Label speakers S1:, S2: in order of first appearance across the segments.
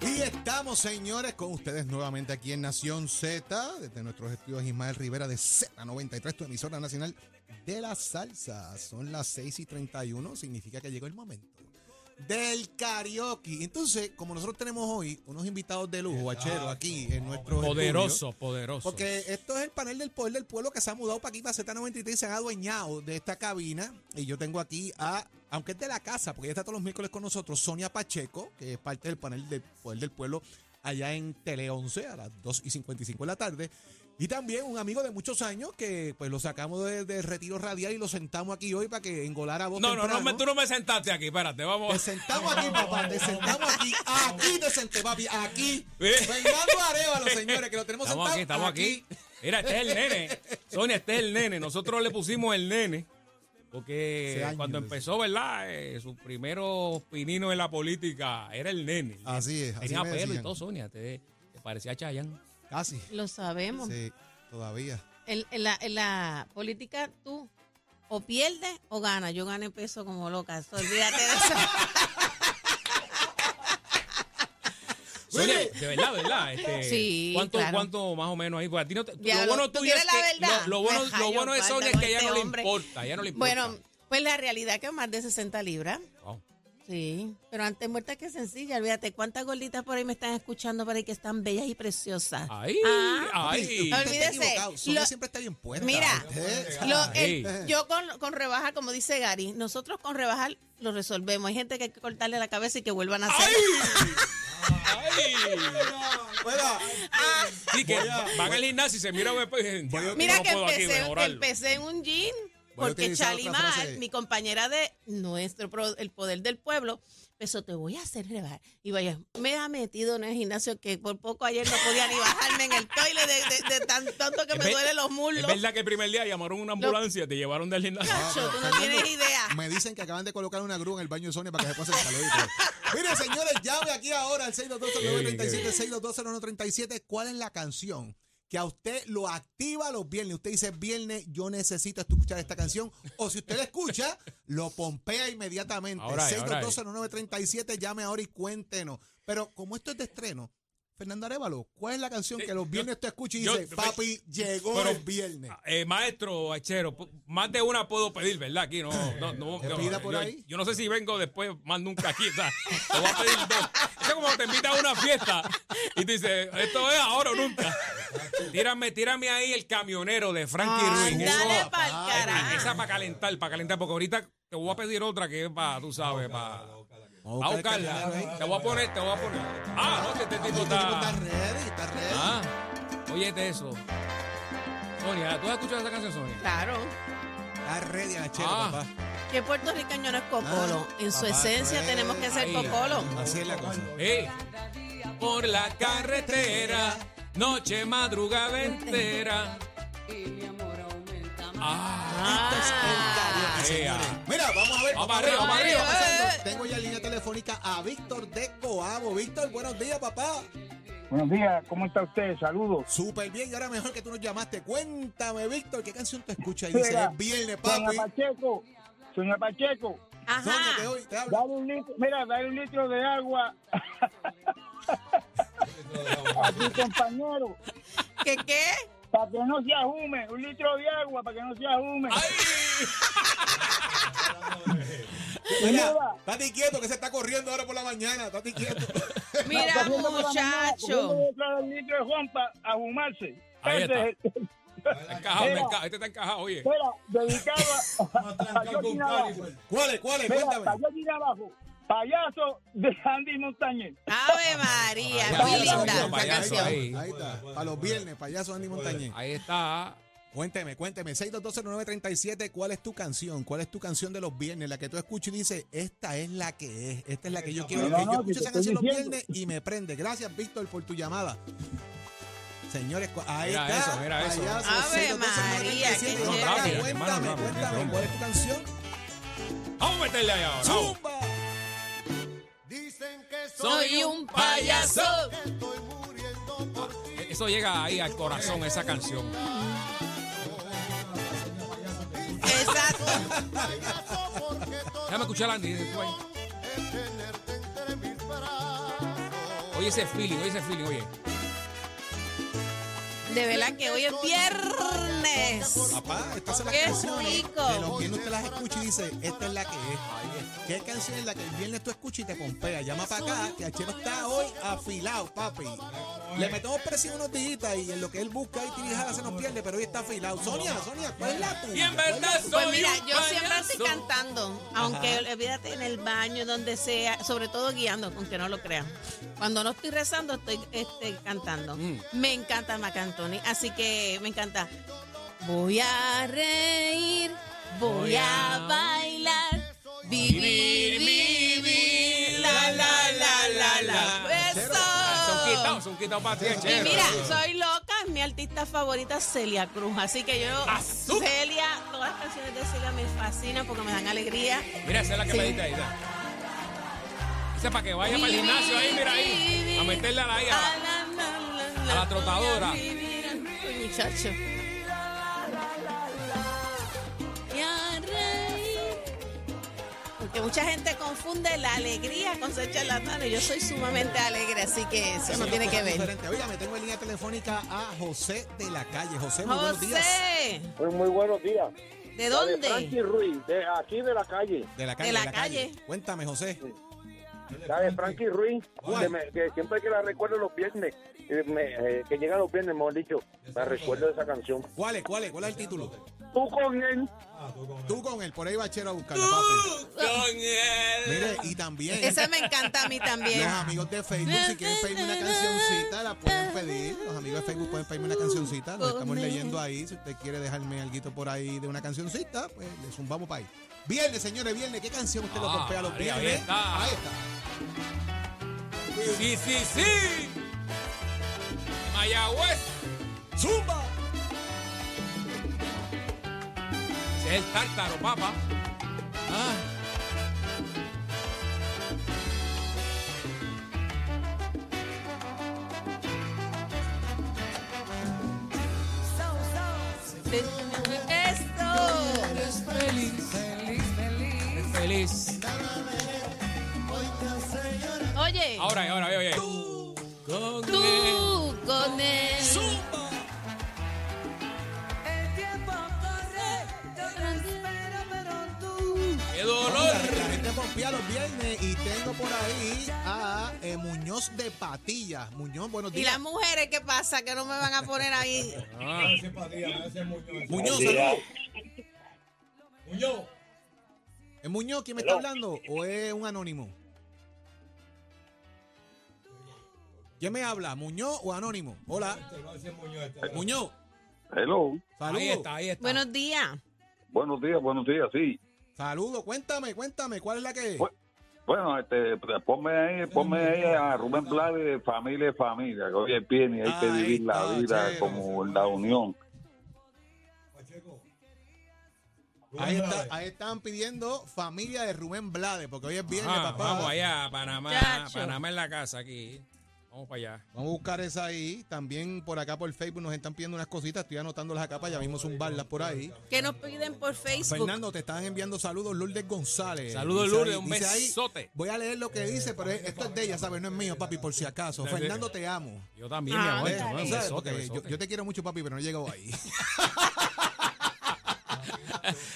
S1: Estamos, señores, con ustedes nuevamente aquí en Nación Z, desde nuestros estudios Ismael Rivera de Z93, tu emisora nacional de la salsa. Son las 6 y 31, significa que llegó el momento del karaoke. Entonces, como nosotros tenemos hoy unos invitados de lujo, bachero, aquí en nuestro
S2: Poderoso, poderoso.
S1: porque esto es el panel del poder del pueblo que se ha mudado para aquí, para Z93, y se han adueñado de esta cabina. Y yo tengo aquí a, aunque es de la casa, porque ella está todos los miércoles con nosotros, Sonia Pacheco, que es parte del panel del poder del pueblo allá en Tele 11 a las 2 y 55 de la tarde. Y también un amigo de muchos años que pues lo sacamos de, de retiro radial y lo sentamos aquí hoy para que engolara voz
S2: no, no, no, me-
S1: temprano.
S2: tú no me sentaste aquí, espérate,
S1: Te
S2: vamos.
S1: sentamos aquí, papá, te sentamos aquí, aquí te senté, papi, aquí.
S2: Bien.
S1: Fernando Arevalo, señores, que lo tenemos
S2: Estamos
S1: sentado
S2: aquí, estamos aquí. Mira, este es el nene. Sonia, este es el nene. Nosotros le pusimos el nene.
S1: Hace
S2: Porque
S1: años
S2: cuando
S1: de
S2: empezó, ¿verdad? Eh, su primero pinino en la política era el nene.
S1: Así es, así
S2: Tenía
S1: me
S2: pelo y
S1: decían.
S2: todo, Sonia. Te, te parecía a Chayanne.
S1: Casi.
S3: Lo sabemos.
S1: Sí, todavía.
S3: En, en la, en la política tú o pierdes o ganas. Yo gané peso como loca. so, olvídate de eso.
S2: Sonia,
S1: Oye.
S2: de verdad, de verdad. Este,
S3: Sí,
S2: ¿cuánto,
S3: claro.
S2: ¿Cuánto más o menos ahí? Pues a ti no te-
S3: Ya,
S2: lo bueno
S3: ¿tú
S2: tuyo es
S3: quieres la
S2: que.
S3: verdad?
S2: Lo, lo bueno,
S3: Me
S2: lo bueno de
S3: hallo,
S2: Sonia es
S3: guarda,
S2: que ya no
S3: este
S2: le
S3: hombre.
S2: importa. Ya no le importa. Oh,
S3: bueno, pues la realidad es que más de 60 libras.
S2: Wow.
S3: Sí, pero antes muerta que sencilla. Olvídate cuántas gorditas por ahí me están escuchando por ahí que están bellas y preciosas.
S2: Ahí,
S3: Ah.
S2: ahí.
S1: Usted está
S3: Olvídese,
S1: equivocado, Sonia
S3: lo-
S1: siempre está bien puesta.
S3: Mira,
S1: Usted-
S3: Lo-
S2: Ah,
S3: el-
S1: sí.
S3: yo con, con rebaja, como dice Gary, nosotros con rebajar lo resolvemos. Hay gente que hay que cortarle la cabeza y que vuelvan a hacer.
S2: ¡Ay!
S1: Mira,
S2: Sí, que van al gimnasio y se miran al espejo y dicen, "Ya,
S3: Mira
S2: no
S3: que
S2: puedo aquí
S3: empecé,
S2: mejorarlo".
S3: empecé en un jean
S1: Voy a
S3: porque
S1: utilizar otra
S3: Chalimar,
S1: frase.
S3: mi compañera de nuestro pro- el poder del pueblo, empezó, te voy a hacer rebajar. Y vaya, me ha metido en el gimnasio que por poco ayer no podía ni bajarme en el toile de, de- de tan tonto que
S2: Es
S3: me
S2: ver-
S3: duelen los
S2: Es
S3: muslos.
S2: verdad que el primer día llamaron una ambulancia, te llevaron del gimnasio.
S3: Cacho, tú no
S1: Fernando,
S3: tienes idea.
S1: Me dicen que acaban de colocar una grúa en el baño de Sonia para que se pase el calor. y todo. Mire, señores, llame aquí ahora al 622-0937, 622-0937. ¿Cuál es la canción que a usted lo activa los viernes? Usted dice, viernes, yo necesito escuchar esta canción. O si usted la escucha, lo pompea inmediatamente.
S2: Ahora es, ahora es.
S1: 622-0937, llame ahora y cuéntenos. Pero como esto es de estreno, Fernando Arevalo, ¿cuál es la canción que los viernes usted escucha y
S2: yo-
S1: dice, papi, llegó
S2: Pero-
S1: el viernes?
S2: Eh, maestro Bachero, pu- más de una puedo pedir, ¿verdad? Aquí no, no, no,
S1: Que
S2: no,
S1: pida por
S2: yo,
S1: ahí.
S2: yo no sé si vengo después más nunca aquí, o sea, te voy a pedir dos. Eso es como te invita a una fiesta y te dice, esto es ahora o nunca. Tírame, tírame ahí el camionero de Frankie Ruiz. Eso-
S3: Ándale
S1: papá,
S3: pa'l carajo.
S2: esa para calentar, para calentar, porque ahorita te voy a pedir otra que es para, tú sabes, para...
S1: Vamos
S2: Va a
S1: buscar el canal
S2: buscarla.
S1: ahí.
S2: Te voy a poner, te voy a poner. Ah, no, que este tipo está.
S1: ready, está ready.
S2: Ah, óyete eso. Sonia, ¿tú has escuchado esa canción, Sonia?
S3: Claro,
S1: Está ready a la chela,
S2: Ah,
S3: que puertorriqueño no es cocolo.
S1: Ah,
S3: En su
S1: papá,
S3: esencia
S1: pues,
S3: tenemos que ser
S2: ahí.
S3: cocolo.
S1: papá. Así es la cosa.
S2: eh. Por la carretera, noche, madrugada entera. Ah,
S3: Ah.
S1: Karaoke, señores.
S2: ea.
S1: Mira, vamos a ver.
S2: Vamos
S1: a ver
S2: arriba,
S1: qué
S2: vamos
S1: está
S2: arriba.
S1: pasando. Tengo ya en línea telefónica a Víctor de Coamo. Víctor, buenos días, papá.
S4: Buenos días, ¿cómo está usted? Saludos.
S1: Súper bien, y ahora mejor que tú nos llamaste. Cuéntame, Víctor, ¿qué canción te escuchas? Y dice,
S4: Mira,
S1: es viernes,
S4: Doña
S1: papi.
S4: Pacheco, doña Pacheco,
S1: Sonia, te
S3: Ajá.
S1: doy, te hablo.
S4: dale un litro, mira, dale un litro de agua a tu compañero
S3: ¿Qué qué?
S4: para que no se ajume, un litro de agua para que no se ajume.
S1: Mira, estate quieto que se está corriendo ahora por la mañana. Estate quieto.
S3: Mira, muchacho.
S4: Un litro de Juanpa a ajumarse.
S2: Ahí está.
S4: Entonces,
S2: está encajado, está
S4: Mira.
S2: encajado. Este está encajado, oye.
S4: Mira, dedicaba a Joaquín Abajo.
S1: ¿Cuál es? ¿Cuál es?
S4: Mira, para
S1: pues. Cuéntame.
S4: Joaquín Abajo, payaso de Andy Montañez.
S3: Ave María,
S2: Payaso,
S3: muy linda
S2: payaso,
S3: esa
S2: payaso,
S3: canción.
S2: ahí.
S1: Ahí está. Para los viernes, payaso Andy Montañez.
S2: Ahí está.
S1: Cuénteme, cuénteme. 6220937, ¿cuál es tu canción? ¿Cuál es tu canción de los viernes? La que tú escuchas y dices, esta es la que es. Esta es la que yo quiero.
S4: No,
S1: que yo
S4: no, si
S1: escucho
S4: te
S1: esa canción los
S4: estoy diciendo.
S1: viernes y me prende. Gracias, Víctor, por tu llamada. Señores, cu- ahí
S2: Mira
S1: está.
S2: eso, mira eso.
S1: payaso,
S3: Ave
S1: 6220937.
S3: María,
S1: Venga,
S3: qué
S2: chévere.
S1: Cuéntame,
S2: Rápido,
S1: cuéntame,
S2: rápido.
S1: ¿cuál es tu canción?
S2: Vamos a meterle ahí ahora. vamos.
S1: ¡Zumba! Dicen que
S3: Soy un payaso.
S1: estoy muriendo por ti.
S2: Eso llega ahí al corazón, esa canción.
S3: Exacto.
S2: Déjame escuchar a Andy. después. Oye ese feeling, oye ese feeling, oye.
S3: De verdad que hoy es viernes.
S1: Papá, estas son las
S3: Qué
S1: canciones
S3: rico.
S1: que los viernes usted las escucha y dice, esta es la que es. ¿Qué canción es la que el viernes tú escuchas y te compea? Llama para acá, que el chero está hoy afilado, papi. Le metemos presión unos días y en lo que él busca y tira se nos pierde, pero hoy está afilado. Sonia, Sonia, ¿cuál es la tuya?
S2: Y en verdad soy
S3: Pues mira,
S2: un
S3: yo siempre estoy
S2: payaso.
S3: cantando, aunque olvídate en el baño, donde sea, sobre todo guiando, aunque no lo crean. Cuando no estoy rezando, estoy este, cantando.
S2: Mm.
S3: Me encanta Macantoni, así que me encanta. Voy a reír, voy,
S2: Voy
S3: a,
S2: a
S3: bailar, vivir,
S2: vivir,
S3: vivir, la, la, la, la, la.
S1: Chero,
S2: Ah, Son
S3: Eso.
S2: quitados, son quitados para ti,
S3: Y
S2: chero.
S3: mira, soy loca, mi artista favorita es Celia Cruz, así que yo,
S2: Azú.
S3: Celia, todas las canciones de Celia me fascinan porque me dan alegría.
S2: Mira, esa es la que
S3: Sí.
S2: pediste ahí. da. Esa es para que vaya para el gimnasio ahí, mira ahí. A meterla ahí. a-
S3: Ah, la,
S2: a la trotadora.
S3: Ay, Muchacho. Y a reír. Porque mucha gente confunde la alegría con ser charlatán. y Yo soy sumamente alegre, así que eso no
S1: pues,
S3: tiene que ver.
S1: Oiga, me tengo en línea telefónica a José de la calle. José, muy buenos días.
S3: José,
S4: Pues Muy, muy buenos días.
S3: ¿de
S4: De Frankie
S3: dónde?
S4: Ruiz, de aquí de la calle.
S1: De la calle.
S3: De la calle.
S1: Cuéntame, José.
S4: La de Frankie Ruiz,
S1: ¿Cuál?
S4: que, me- que siempre que la recuerdo los viernes, eh, me- eh, que llegan los viernes, mejor dicho, la recuerdo de esa canción.
S1: ¿Cuál es? ¿Cuál es? ¿Cuál es el título?
S4: Tú con él.
S1: Tú con él, por ahí bachero a buscarla, papi.
S2: Con él.
S1: Mire, y también.
S3: Esa me encanta a mí también.
S1: Los amigos de Facebook, si quieren pedirme una cancioncita, la pueden pedir. Los amigos de Facebook pueden pedirme una cancioncita. Los estamos leyendo ahí. Si usted quiere dejarme algo por ahí de una cancioncita, pues le zumbamos para ahí. Viernes, señores, viernes. ¿Qué canción usted lo
S2: Ah,
S1: compea los
S2: ahí
S1: viernes?
S2: está.
S1: Ahí está.
S2: Sí, sí, sí. Mayagüez.
S1: ¡Zumba!
S2: Ese es el tártaro, papá. Ah.
S3: Esto.
S2: Eres feliz.
S3: Oye,
S2: Ahora, ahora, oye, oye. Con él.
S3: tú con él.
S2: ¡Qué
S1: La
S2: dolor!
S1: la gente pompea los viernes y tengo por ahí a eh, Muñoz de Patillas. Muñoz, buenos
S3: ¿Y
S1: días.
S3: las mujeres qué pasa? Que no me van a poner ahí.
S2: Ah,
S1: Muñoz, saludos. ¿Es Muñoz quien me está hablando o es un anónimo? ¿Quién me habla? ¿Muñoz o anónimo? Hola. Muñoz,
S5: Hello.
S1: saludos.
S2: ahí está, ahí está. Ah,
S3: Buenos días.
S5: Buenos días, buenos días, sí.
S1: Saludos, cuéntame, cuéntame, ¿cuál es la que es?
S5: Bu- Bueno, este, ponme ahí, ponme ahí a Rubén Blades de Familia es Familia, que hoy es viernes, hay que
S1: Ahí
S5: vivir la
S1: está,
S5: vida
S1: chero.
S5: como en la unión.
S1: Ahí, está, ahí están pidiendo familia de Rubén Blades, porque hoy es viernes,
S2: Ajá,
S1: papá.
S2: Ah, vamos allá, a Panamá.
S3: Chacho.
S2: Panamá en la casa aquí. Vamos para allá.
S1: Vamos a buscar esa ahí. También por acá por Facebook nos están pidiendo unas cositas. Estoy anotándolas acá para ya mismo zumbarlas por ahí.
S3: ¿Qué nos piden por Facebook?
S1: Fernando, te están enviando saludos, Lourdes González.
S2: Saludos,
S1: Dice
S2: Lourdes,
S1: ahí-
S2: un
S1: dice ahí,
S2: besote.
S1: Voy a leer lo que dice, pero esto es de ella, ¿sabes? No es mío, papi, por si acaso.
S2: Dale.
S1: Fernando, te amo.
S2: Yo también,
S3: Ah,
S2: mi amor.
S1: ¿Ves?
S3: dale.
S2: Un
S1: ¿Sabes?
S2: besote,
S1: Porque yo,
S2: besote.
S1: yo te quiero mucho, papi, pero no he llegado ahí.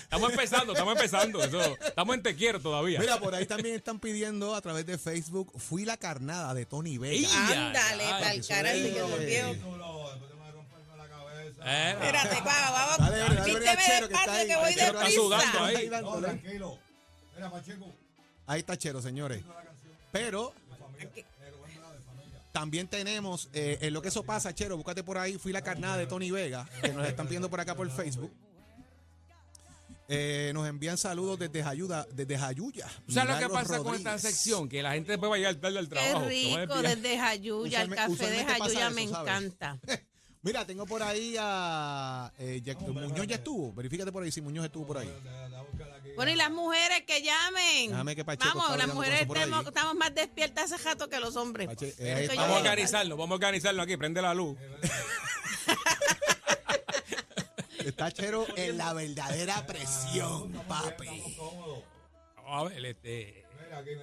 S2: Estamos empezando, estamos empezando. Eso, estamos en te quiero todavía.
S1: Mira, por ahí también están pidiendo a través de Facebook, fui la carnada de Tony Vega.
S2: ¡Ey!
S3: Ándale,
S2: Ay,
S3: pa'l
S2: eso
S3: carajo,
S1: es.
S3: que nos vieron.
S2: Eh,
S3: Espérate, vamos, vamos.
S1: Dale, dale, dale,
S3: Vísteme
S1: al Chero, que está
S3: despacio,
S1: ahí.
S3: que voy
S1: Al Chero
S2: está sudando
S3: deprisa.
S2: ahí.
S1: dándole. Ahí está Chero, señores. Pero también tenemos, eh, en lo que eso pasa, Chero, búscate por ahí, fui la carnada de Tony Vega, que nos están viendo por acá por Facebook. Eh, nos envían saludos desde Jayuda, desde Jayuya.
S2: ¿Tú sabes lo que
S1: Milagros
S2: pasa con esta
S1: Rodríguez.
S2: sección? Que la gente después va a llegar tarde al
S3: Qué
S2: trabajo. Te voy a
S3: rico,
S2: enviar-
S3: desde Jayuya, el
S1: Usualmente-
S3: café de
S1: usualmente pasa
S3: Jayuya
S1: eso,
S3: me
S1: ¿sabes?
S3: encanta.
S1: Mira, tengo por ahí a eh, ya- Muñoz ya estuvo. Verifícate por ahí si Muñoz estuvo por ahí.
S3: Bueno, y las mujeres que llamen.
S1: Déjame que Pacheco está
S3: Vamos, las
S1: bregando con
S3: mujeres
S1: eso por ahí.
S3: estamos, estamos más despiertas hace rato que los hombres.
S1: Pache-
S3: Esto
S1: eh,
S3: yo
S2: Vamos
S1: estamos
S2: a
S3: llego tarde.
S2: organizarlo, vamos a organizarlo aquí. Prende la luz.
S1: Está Chero en la verdadera presión, papi.
S2: Vamos a ver, este.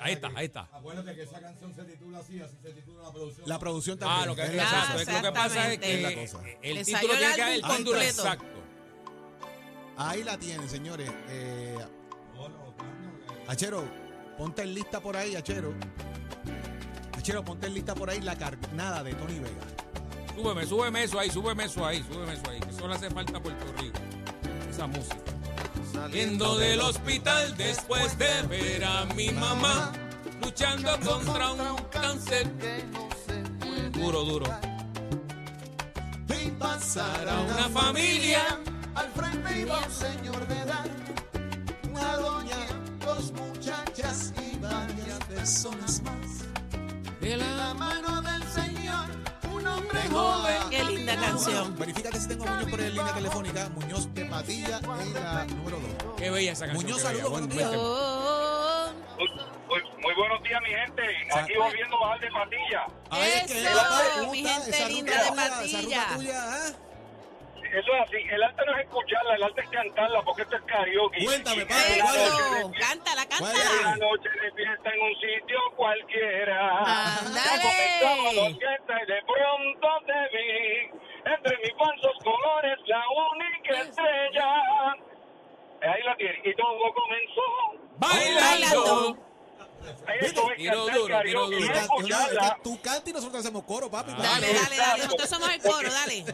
S2: Ahí está, ahí está.
S6: Acuérdate que esa canción se titula así, así se titula la producción.
S1: La producción también.
S2: Ah, lo que,
S1: es la
S3: Ah,
S2: exacto.
S1: cosa.
S2: Es que Lo que pasa es que
S1: Es
S3: exactamente.
S1: la cosa.
S2: el
S3: Le
S2: título
S3: salió
S2: tiene
S3: el
S2: que dar el
S3: álbum
S2: título
S3: completo.
S2: exacto.
S1: Ahí la tienen, señores. Eh, Achero, ponte en lista por ahí, Achero. Achero, ponte en lista por ahí la carnada de Tony Vega.
S2: Súbeme, súbeme eso ahí, súbeme eso ahí, súbeme eso ahí. Que solo hace falta a Puerto Rico. Esa música. Saliendo del hospital después de ver a mi mamá luchando contra un cáncer. Duro, duro.
S7: Y pasará
S2: Una familia.
S7: al frente iba un señor de edad, una doña, dos muchachas y varias personas más.
S2: De la
S7: La mano del señor, un hombre
S2: joven.
S7: joven.
S3: Qué linda canción.
S1: Verifícate si tengo a Muñoz por ahí en línea telefónica. Muñoz de Patilla en la número 2.
S2: Qué bella esa canción.
S1: Muñoz,
S2: qué bella.
S1: saludos,
S2: Buen-
S1: buenos
S2: buen
S1: días.
S2: tema.
S3: Oh,
S4: Muy, buenos días, mi gente. Aquí volviendo a bajar de patilla.
S1: Ahí es que
S3: Eso,
S1: papá,
S3: mi
S1: puta,
S3: gente
S1: esa
S3: linda
S1: ruta
S3: de
S1: tuya,
S3: Patilla.
S1: Esa ruta tuya, ¿ah?
S4: Eso es así. El arte no es escucharla, el arte es cantarla, porque esto es karaoke.
S1: Cuéntame, papi,
S4: Y
S1: ¿cuál es?
S4: una noche de
S3: eso.
S4: fiesta-
S3: Cántala,
S1: ¿Cuál
S3: cántala.
S4: Una noche de fiesta en un sitio cualquiera.
S3: Ándale.
S4: Comenzamos los fiestas y de pronto te vi. Entre mis falsos colores, la única estrella. Ahí la tiene. Y todo comenzó.
S2: Bailando.
S4: Eso es
S2: Tiro
S4: cantar
S2: duro, tiro
S4: karaoke,
S2: duro.
S4: no
S1: Tú can-
S4: escucharla.
S1: Tú cantas y nosotros hacemos coro, papi.
S3: Dale, dale, dale. Nosotros somos el coro, dale.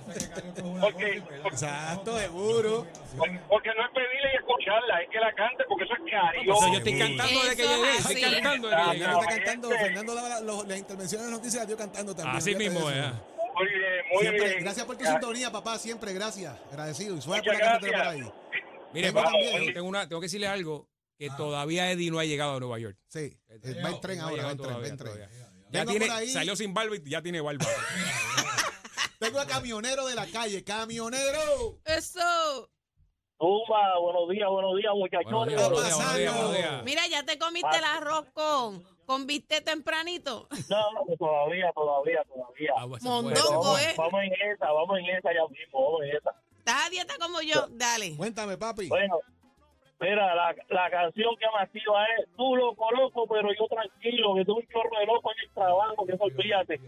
S4: Porque,
S1: Exacto, seguro.
S4: porque, porque no es pedirle y escucharla, es que la cante porque eso es karaoke.
S2: O sea, yo estoy cantando desde que
S3: Eso es
S2: llegué. Estoy
S3: así.
S2: cantando desde que
S1: Fernando
S2: llegué.
S4: Claro.
S1: está cantando,
S4: Este-
S1: Fernando daba la- los- las intervenciones de las noticias, la dio cantando también.
S2: Así
S1: Fíjate
S2: mismo,
S1: eso.
S3: ah.
S2: ¿eh?
S4: Muy bien, muy
S1: Siempre,
S4: bien.
S1: gracias por tu
S4: Ah,
S1: sintonía, papá, siempre, gracias. Agradecido. Y suave por
S4: Muchas
S1: la carretera por ahí.
S4: gracias.
S2: Mire,
S1: Tengo
S2: papá,
S1: también.
S2: yo tengo, una, tengo que decirle algo que todavía Eddie no ha llegado a Nueva York.
S1: Sí, eh, va en tren
S2: Este, No ha
S1: ahora, va en
S2: llegado
S1: tren, va en
S2: todavía,
S1: tren.
S2: todavía. Ya
S1: Tengo por
S2: tiene,
S1: ahí-
S2: salió sin barba y ya tiene barba.
S1: Tengo a camionero de la calle, camionero.
S3: Eso.
S4: Zumba, buenos días, buenos días, muchachones.
S1: días, buenos días.
S3: Mira, ya te comiste el arroz con, con bistec tempranito.
S4: No, no, todavía, todavía, todavía.
S2: Agua, se
S3: Mondongo,
S2: fue, se
S3: Ojo,
S2: fue.
S3: eh.
S4: Vamos, vamos en esa, vamos en esa ya mismo, vamos en esa.
S3: ¿Estás a dieta como yo? Dale.
S1: Cuéntame, papi.
S4: Bueno, mira, la, la canción que me activa es Tú loco, loco, pero yo tranquilo, que tú un chorro de loco en el trabajo, que eso olvídate.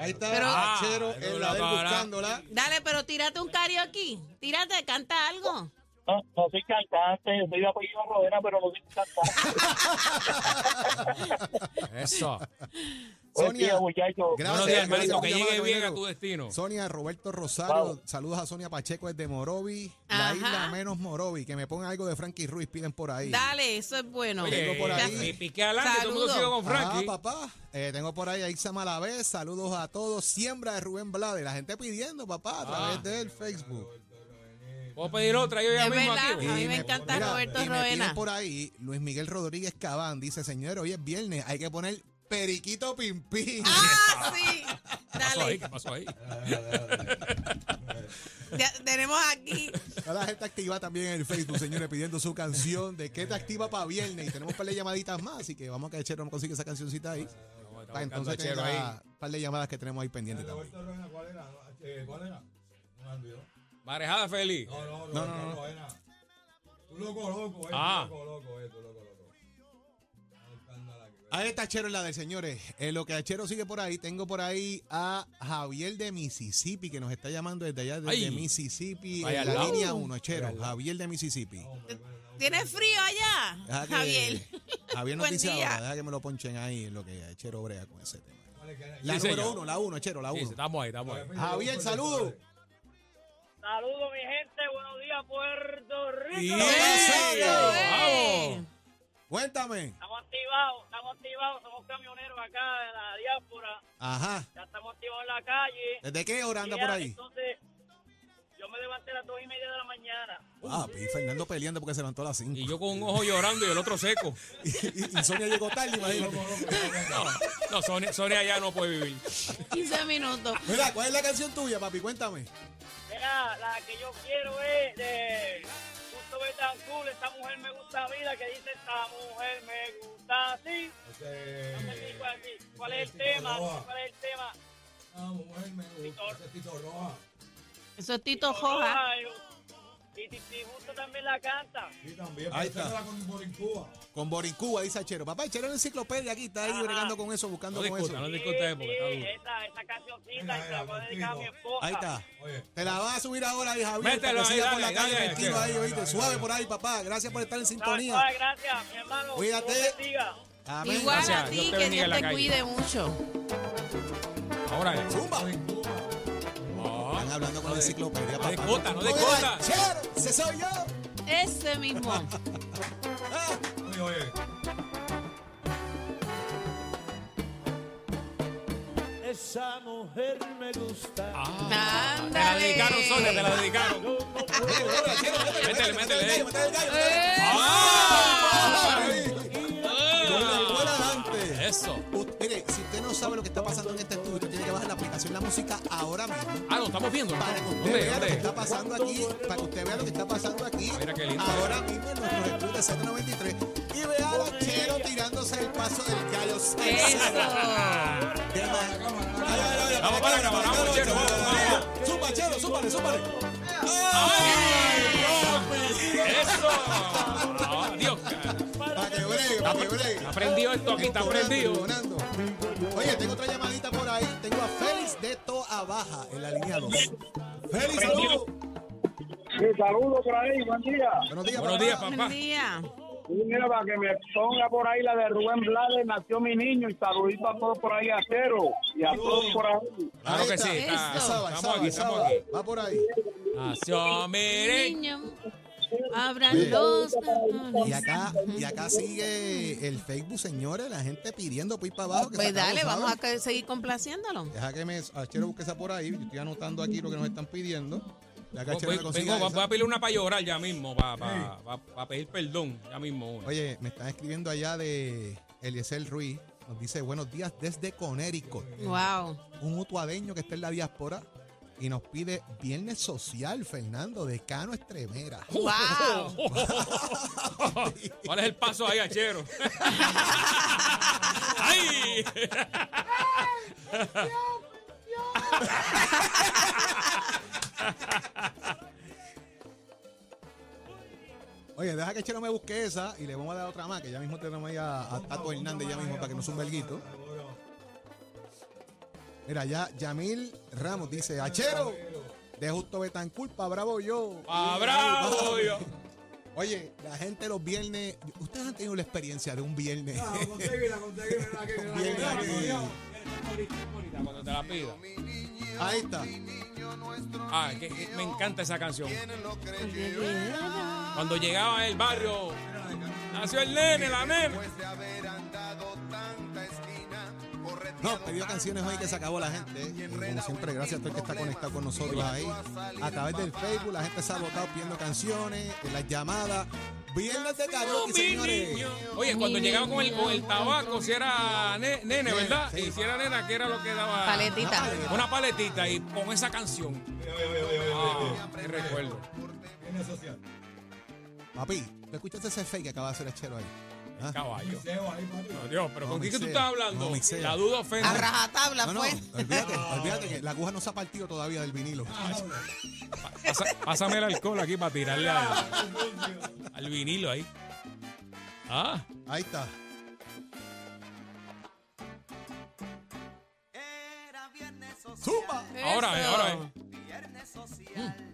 S1: Ahí está
S3: Pero-
S1: Achero
S2: Ah,
S1: en la del
S2: para-
S1: buscándola.
S3: Dale, pero tírate un karaoke. Tírate, canta algo.
S4: No, no soy cantante, soy de apellido Rodena, pero no soy cantante.
S2: Eso.
S4: Buen día,
S1: Sonia,
S4: muchachos.
S1: gracias.
S2: Buenos días,
S1: gracias
S2: hermanito.
S1: por
S2: Que
S1: llamar,
S2: llegue bien a
S1: camionero.
S2: tu destino.
S1: Sonia Roberto Rosario,
S4: Wow.
S1: saludos a Sonia Pacheco desde Morovi,
S3: Ajá.
S1: la isla menos Morovi, que me pongan algo de Frankie Ruiz, piden por ahí.
S3: Dale, eso es bueno.
S1: Oye, Tengo por ahí.
S2: Y piqué adelante, todo el mundo sigue
S3: Saludos.
S2: con
S1: Ah,
S2: Frankie.
S1: papá, eh, tengo por ahí a Isa Malavé, saludos a todos, siembra de Rubén Blades, la gente pidiendo, papá, a
S2: Ah.
S1: través del Facebook.
S2: Puedo pedir otra yo ya
S3: Es
S2: mismo
S3: verdad,
S2: aquí.
S3: a mí
S1: Y
S3: me encanta Roberto
S1: y me piden
S3: Roena.
S1: por ahí Luis Miguel Rodríguez Cabán, dice, señor, hoy es viernes, hay que poner periquito pimpín.
S3: ¡Ah, sí!
S2: ¿Qué pasó ahí?
S3: Dale.
S2: ¿Qué pasó ahí?
S3: Ya tenemos aquí.
S1: Toda la gente activa también en el Facebook, señores, pidiendo su canción de qué te activa para viernes. Y tenemos un par de llamaditas más, así que vamos a que Chero nos consigue esa cancioncita ahí.
S2: Está
S1: Para entonces
S2: buscando a Chero
S1: tener
S2: ahí.
S1: la- un par de llamadas que tenemos ahí pendientes también.
S6: Roberto Ruena, ¿cuál era? Eh, ¿Cuál era? No me olvidó.
S2: Marejada feliz.
S6: No, no,
S1: No,
S6: no,
S1: no,
S6: no,
S1: no.
S6: Tú loco, loco, eh.
S2: Ah.
S6: Tú loco, loco, eh. Tú loco, loco. Ahí está la que-
S1: Ahí está Chero en la del señores. En lo que Chero sigue por ahí, tengo por ahí a Javier de Mississippi, que nos está llamando desde allá, desde
S2: Ay.
S1: Mississippi,
S2: Ahí
S1: en
S2: al
S1: la
S2: lado.
S1: línea 1, Chero. Javier de Mississippi.
S3: ¿Tienes frío allá,
S1: Deja que-
S3: Javier?
S1: Javier nos
S3: Buen
S1: dice
S3: día.
S1: ahora, deja que me lo ponchen ahí en lo que Chero brea con ese tema. La
S2: Sí,
S1: número
S2: señor.
S1: uno, la uno, Chero, la
S2: Sí,
S1: uno.
S2: estamos ahí, estamos ahí.
S1: Javier, saludos.
S4: Saludos, mi gente. Buenos días, Puerto Rico.
S2: Y-
S1: Eso,
S3: ¡Eh!
S2: ¡Vamos!
S1: Cuéntame.
S4: Estamos activados, estamos activados. Somos camioneros acá de la diáspora.
S1: Ajá.
S4: Ya estamos activados en la calle.
S1: ¿Desde qué hora anda
S4: Ya,
S1: por ahí?
S4: Entonces, yo me levanté a las dos y media de la mañana.
S1: Ah, y Fernando peleando porque se levantó a las 5.
S2: Y yo con un ojo llorando y el otro seco.
S1: Y, y Sonia llegó tarde, imagínate.
S2: No, no, Sonia, Sonia ya no puede vivir.
S3: 15 minutos.
S1: Mira, ¿cuál es la canción tuya, papi? Cuéntame.
S4: Mira, la que yo quiero es de Justo Betancourt, esta mujer me gusta a mí, la que dice esta mujer me gusta a ti.
S6: Este,
S4: No sé ni cuál, ni cuál es el
S6: Tito
S4: tema,
S6: Roja.
S4: cuál es el tema.
S6: Ah, mujer, me gusta. Ese es Tito Roja.
S3: Eso es Tito Joja.
S4: Ay,
S8: Y Titi Justo también la canta.
S6: Y también,
S1: Ahí
S6: ahí
S1: está.
S6: está. con Borincúa.
S1: Con Borincúa, dice Chero. Papá, Chero en la enciclopedia aquí, está ahí
S8: Ajá.
S1: bregando con eso, buscando
S2: Ah. No
S1: con
S2: discuta,
S1: eso.
S2: no
S8: Sí,
S2: discuta porque está
S8: sí,
S2: duro.
S8: esa, esa cancioncita
S6: Mira,
S8: y se la voy a
S6: mira,
S8: dedicar a mi
S6: contigo.
S8: esposa.
S1: Ahí está.
S6: Oye,
S1: Te la vas a subir ahora ahí, Javier.
S2: Mételo
S1: para que
S2: ahí,
S1: siga por la
S2: dale,
S1: calle
S2: dale,
S1: metido
S2: dale,
S1: ahí,
S6: dale,
S1: oíste.
S6: dale,
S1: Suave
S6: dale.
S1: por ahí, papá. Gracias por estar en sintonía.
S8: Ay, Gracias, mi hermano.
S1: Cuídate.
S8: Dios te bendiga.
S1: Amén.
S3: Igual
S2: Gracias,
S3: a
S2: Dios
S3: ti,
S2: te
S3: que
S2: bendiga en
S3: Dios
S2: la
S3: te
S2: calle.
S3: cuide mucho.
S2: Ahora es.
S1: Zumba.
S6: Borincúa.
S2: No,
S1: Están hablando con la enciclopedia, papá.
S2: discuta, no
S1: Con el
S2: discuta.
S1: Chero, ese soy yo.
S3: Ese mismo.
S1: Ah.
S6: Oye, oye.
S9: Esa mujer me gusta.
S2: ah. te la
S3: Ándale.
S2: dedicaron, Sonia, te la dedicaron. Métele, eh. métele.
S1: Métele, métele el gallo, métele el gallo.
S2: ¡Ah!
S1: Con la escuela adelante.
S2: Eso.
S1: U- Mire, si usted no sabe lo que está pasando en este estudio, usted tiene que bajar la aplicación La Música ahora mismo.
S2: Ah, no, estamos viendo. ¿no?
S1: Para que usted
S2: ¿Dónde?
S1: vea lo que
S2: ¿Dónde?
S1: está pasando aquí, para que usted vea lo que está pasando aquí,
S2: Ah, Mira qué lindo.
S1: ahora mismo en nuestro estudio de Z93, y vea a los cheros tirándose el paso del gallo
S3: Eso.
S2: Vamos para acá, vamos, chero, vamos, vamos.
S1: Súpa, chero, súpale, súpale.
S2: Eso. Adiós, cara.
S1: Para que bregue, para que bregue.
S2: Está prendido esto aquí, está
S1: Entonando,
S2: prendido.
S1: entonando. Oye, tengo otra llamadita por ahí. Tengo a Félix de Toa Baja en la línea 2. Félix, saludos.
S4: Sí, saludos por ahí, buen día.
S1: Buenos días,
S2: Buenos
S1: papá.
S2: días, papá.
S3: Buen día.
S4: Y mira, para que me ponga por ahí la de Rubén Blades, nació mi niño, y saludito a todos por ahí, a Cero, y a todos por ahí.
S2: Claro
S1: Ahí
S2: que
S1: está.
S2: sí. está.
S3: Eso.
S1: Esa va, esa
S2: Estamos
S1: va,
S2: aquí,
S1: esa
S2: estamos
S1: va.
S2: aquí.
S1: Va por ahí.
S2: Nació, miren.
S3: Niño, abran los
S1: Y acá, y acá sigue el Facebook, señores, la gente pidiendo pues para abajo. Que se
S3: Pues
S1: acabó,
S3: dale,
S1: ¿saben?
S3: vamos a ca- seguir complaciéndolo.
S1: Deja que me a Chero busque esa por ahí. Yo estoy anotando aquí lo que nos están pidiendo. Ya que Chero me
S2: Vengo,
S1: consiga
S2: Oh, vengo,
S1: esa.
S2: voy a pedir una para llorar ya mismo, para pedir perdón ya mismo. una.
S1: Oye, me están escribiendo allá de Eliezer Ruiz. Nos dice buenos días desde Connecticut.
S3: Wow.
S2: Uh.
S1: un utuadeño que está en la diáspora y nos pide Viernes Social, Fernando, de Cano Estremera.
S3: Wow.
S2: ¿Cuál es el paso ahí, Achero? ¡Ay!
S1: Oye, deja que Chero me busque esa y le vamos a dar otra más, que ya mismo tenemos ahí a, a Tato Hernández ya mismo para que nos sume el guito. Mira, ya Yamil Ramos dice, Achero, de Justo Betancourt, pa' bravo yo.
S2: ¡Pa' bravo yo!
S1: Oye, la gente los viernes, ustedes han tenido la experiencia de un viernes.
S6: Ah, Conseguila, conseguila, mira aquí, mira aquí,
S1: Bien,
S6: mira aquí,
S1: bien.
S6: mira aquí.
S2: Cuando te la pida.
S1: Ahí está.
S2: Ah, que, que me encanta esa canción. Cuando llegaba al barrio, nació el nene, la nena.
S1: No, pidió canciones hoy que se acabó la gente. eh. Y como siempre, gracias a todo el que está conectado con nosotros ahí. A través del Facebook, la gente se ha votado pidiendo canciones, en las llamadas. Viernes de karaoke, señores.
S2: Oye, cuando llegaba con el, con el tabaco, si era ne- nene, ¿verdad?
S1: Sí.
S2: Y si era nena, que era lo que daba?
S3: Paletita.
S2: Una paletita y con esa canción.
S6: Oye, oye, oye, oye, oye,
S2: Ah, qué recuerdo.
S6: oye. Tiene social.
S1: Papi, ¿tú escuchaste ese fake que acaba de hacer el chero ahí? ¿Ah?
S2: Caballo.
S6: Seo ahí, papi.
S2: No, Dios, pero
S1: No,
S2: ¿con
S1: mi
S2: quién que tú
S1: sea,
S2: estás
S1: no,
S2: hablando?
S1: mi sea.
S2: la duda
S3: A
S2: ofende.
S3: rajatabla
S1: No,
S3: pues.
S1: no,
S3: fue.
S1: olvídate, olvídate que la aguja no se ha partido todavía del vinilo.
S2: Pasa- pásame el alcohol aquí para tirarle al, al vinilo ahí. Ah,
S1: Ahí está.
S7: Era viernes
S1: ¡Zumba!
S2: ahora Ah, es,
S3: Eso.
S2: ahora eh. es.
S7: viernes social.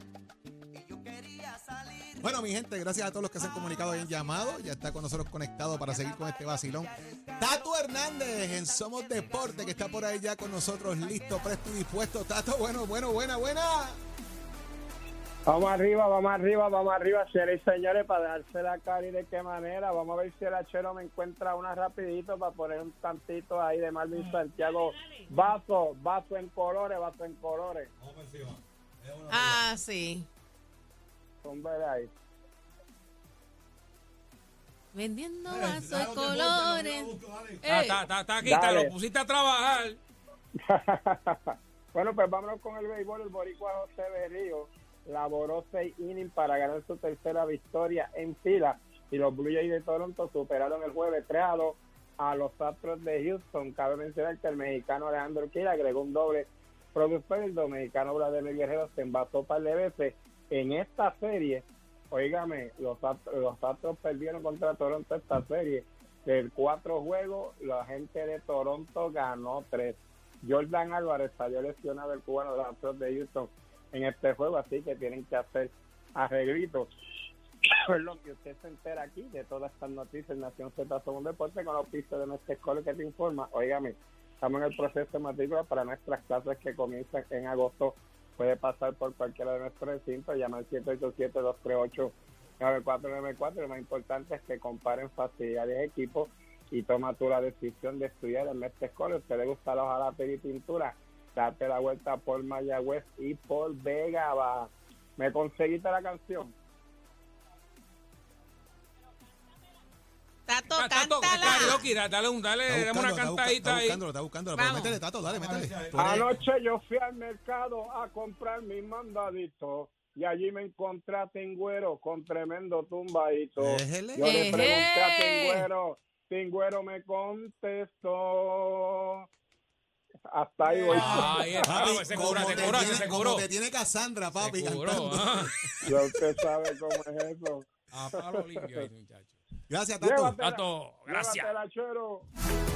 S7: Y yo quería salir.
S1: Bueno, mi gente, gracias a todos los que se han comunicado y han llamado. Ya está con nosotros conectado para seguir con este vacilón. Tato Hernández en Somos Deporte, que está por ahí ya con nosotros, listo, presto y dispuesto. Tato, bueno, bueno, buena, buena.
S4: Vamos arriba, vamos arriba, vamos arriba, señores y señores, para dejársela caer y de qué manera. Vamos a ver si el achero me encuentra una rapidito para poner un tantito ahí de
S8: Mm.
S4: Marvin Santiago. Vaso, vaso en colores, vaso en colores.
S6: Vamos por encima. Es una-
S3: Ah, sí.
S4: Hombre, ahí.
S3: Vendiendo
S6: Dale, dale,
S3: vasos de
S6: dale, dale,
S3: colores.
S6: busco, dale.
S2: Está,
S3: Ey,
S2: está, está, está aquí,
S4: Dale.
S2: te lo pusiste a trabajar.
S4: bueno, pues vámonos con el béisbol. El boricua José Berrío laboró seis innings para ganar su tercera victoria en fila y los Blue Jays de Toronto superaron el jueves 3 a 2 a los Astros de Houston. Cabe mencionar que el mexicano Alejandro Kirchner agregó un doble productor. El dominicano Vladimir Guerrero se envasó un par de veces en esta serie
S10: Oígame, los, Ast- los Astros perdieron contra Toronto esta serie. De cuatro juegos, la gente de Toronto ganó tres. Jordan Álvarez salió lesionado el cubano de los Astros de Houston en este juego, así que tienen que hacer arreglitos. Es lo que usted se entera aquí de todas estas noticias. Nación Z Somos Deporte con los pisos de nuestro escuela que te informa. Óigame, estamos en el proceso de matrícula para nuestras clases que comienzan en agosto. Puede pasar por cualquiera de nuestros recintos, llama al 787-238-9494. Lo más importante es que comparen facilidades, equipos y toma tú la decisión de estudiar en este escuela. Si le gusta la hojalatería y pintura, date la vuelta por Mayagüez y por Vega Baja. ¿Me conseguiste la canción?
S3: Tato,
S2: Tato,
S3: cántala.
S2: karaoke, da- dale, un- dale, dame Eh, una cantadita
S1: está
S2: ahí. Ah,
S1: buscándolo, está buscándolo. Pero
S3: Vamos.
S1: métele, Tato, dale, métele. Tú eres-
S10: Anoche yo fui al mercado a comprar mi mandadito y allí me encontré a Tingüero con tremendo tumbadito.
S1: Déjele.
S10: Yo le
S3: Ejé.
S10: pregunté a Tingüero, Tingüero me contestó. Hasta ahí voy.
S2: Ahí está,
S1: Papi,
S2: pues se
S1: como
S2: cobra, se
S1: te
S2: cobra,
S1: tiene-
S2: se
S1: como
S2: cobró.
S1: te tiene Cassandra, papi,
S2: Se cobró,
S1: cantando.
S2: ah.
S10: Ya usted sabe cómo es eso.
S2: A palo limpio ahí, muchacho.
S1: Gracias, Tato.
S10: Llévatela,
S2: Tato, gracias.
S10: llévatela, chero.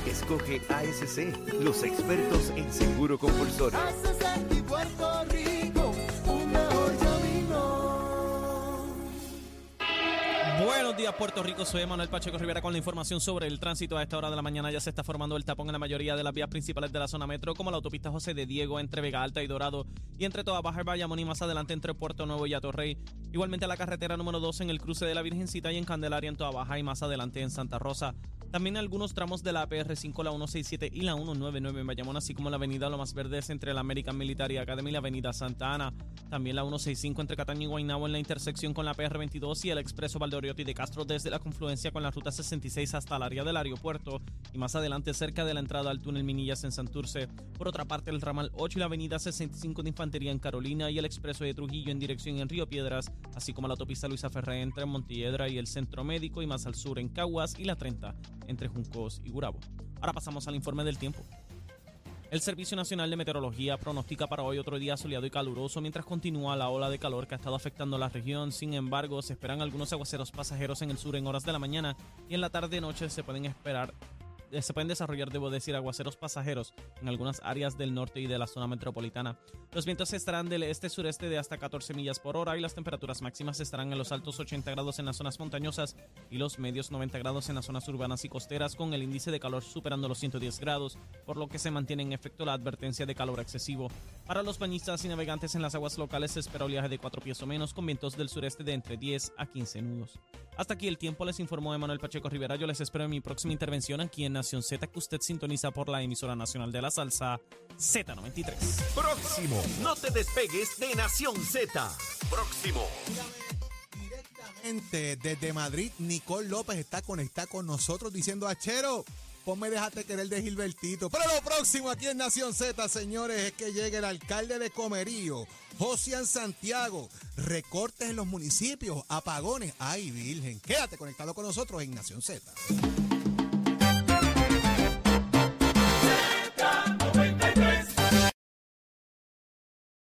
S11: Escoge ASC, los expertos en seguro compulsorio.
S12: Haces de Puerto Rico un mejor camino.
S6: Buenos días, Puerto Rico. Soy Manuel Pacheco Rivera con la información sobre el tránsito. A esta hora de la mañana ya se está formando el tapón en la mayoría de las vías principales de la zona metro, como la autopista José de Diego entre Vega Alta y Dorado y entre Toda Baja y Bayamón y más adelante entre Puerto Nuevo y Atorrey. Igualmente la carretera número 2 en el cruce de la Virgencita y en Candelaria en Toda Baja y más adelante en Santa Rosa. También algunos tramos de la PR5, la 167 y la 199 en Bayamón, así como la avenida Lo Más Verdes entre la American Military Academy y la avenida Santa Ana. También la 165 entre Cataño y Guaynabo en la intersección con la PR22 y el expreso Valdoriotti de Castro desde la confluencia con la ruta 66 hasta el área del aeropuerto y más adelante cerca de la entrada al túnel Minillas en Santurce. Por otra parte, el ramal 8 y la avenida 65 de Infantería en Carolina y el expreso de Trujillo en dirección en Río Piedras, así como la autopista Luisa Ferré entre Montiedra y el Centro Médico y más al sur en Caguas y la 30 entre Juncos y Gurabo. Ahora pasamos al informe del tiempo. El Servicio Nacional de Meteorología pronostica para hoy otro día soleado y caluroso mientras continúa la ola de calor que ha estado afectando a la región. Sin embargo, se esperan algunos aguaceros pasajeros en el sur en horas de la mañana y en la tarde-noche se pueden esperar eh, se pueden desarrollar, debo decir, aguaceros pasajeros en algunas áreas del norte y de la zona metropolitana. Los vientos estarán del este-sureste de hasta 14 millas por hora y las temperaturas máximas estarán en los altos 80 grados en las zonas montañosas y los medios 90 grados en las zonas urbanas y costeras, con el índice de calor superando los 110 grados, por lo que se mantiene en efecto la advertencia de calor excesivo. Para los bañistas y navegantes en las aguas locales se espera oleaje de 4 pies o menos, con vientos del sureste de entre 10 a 15 nudos. Hasta aquí el tiempo, les informó Emanuel Pacheco Rivera. Yo les espero en mi próxima intervención aquí en Nación Z, que usted sintoniza por la emisora nacional de la salsa Z93.
S11: Próximo. No te despegues de Nación Z. Próximo.
S1: Directamente desde Madrid, Nicole López está conectada con nosotros diciendo, Achero, ponme déjate querer de Gilbertito. Pero lo próximo aquí en Nación Z, señores, es que llegue el alcalde de Comerío, Josian Santiago, recortes en los municipios, apagones. Ay, Virgen, quédate conectado con nosotros en Nación Z.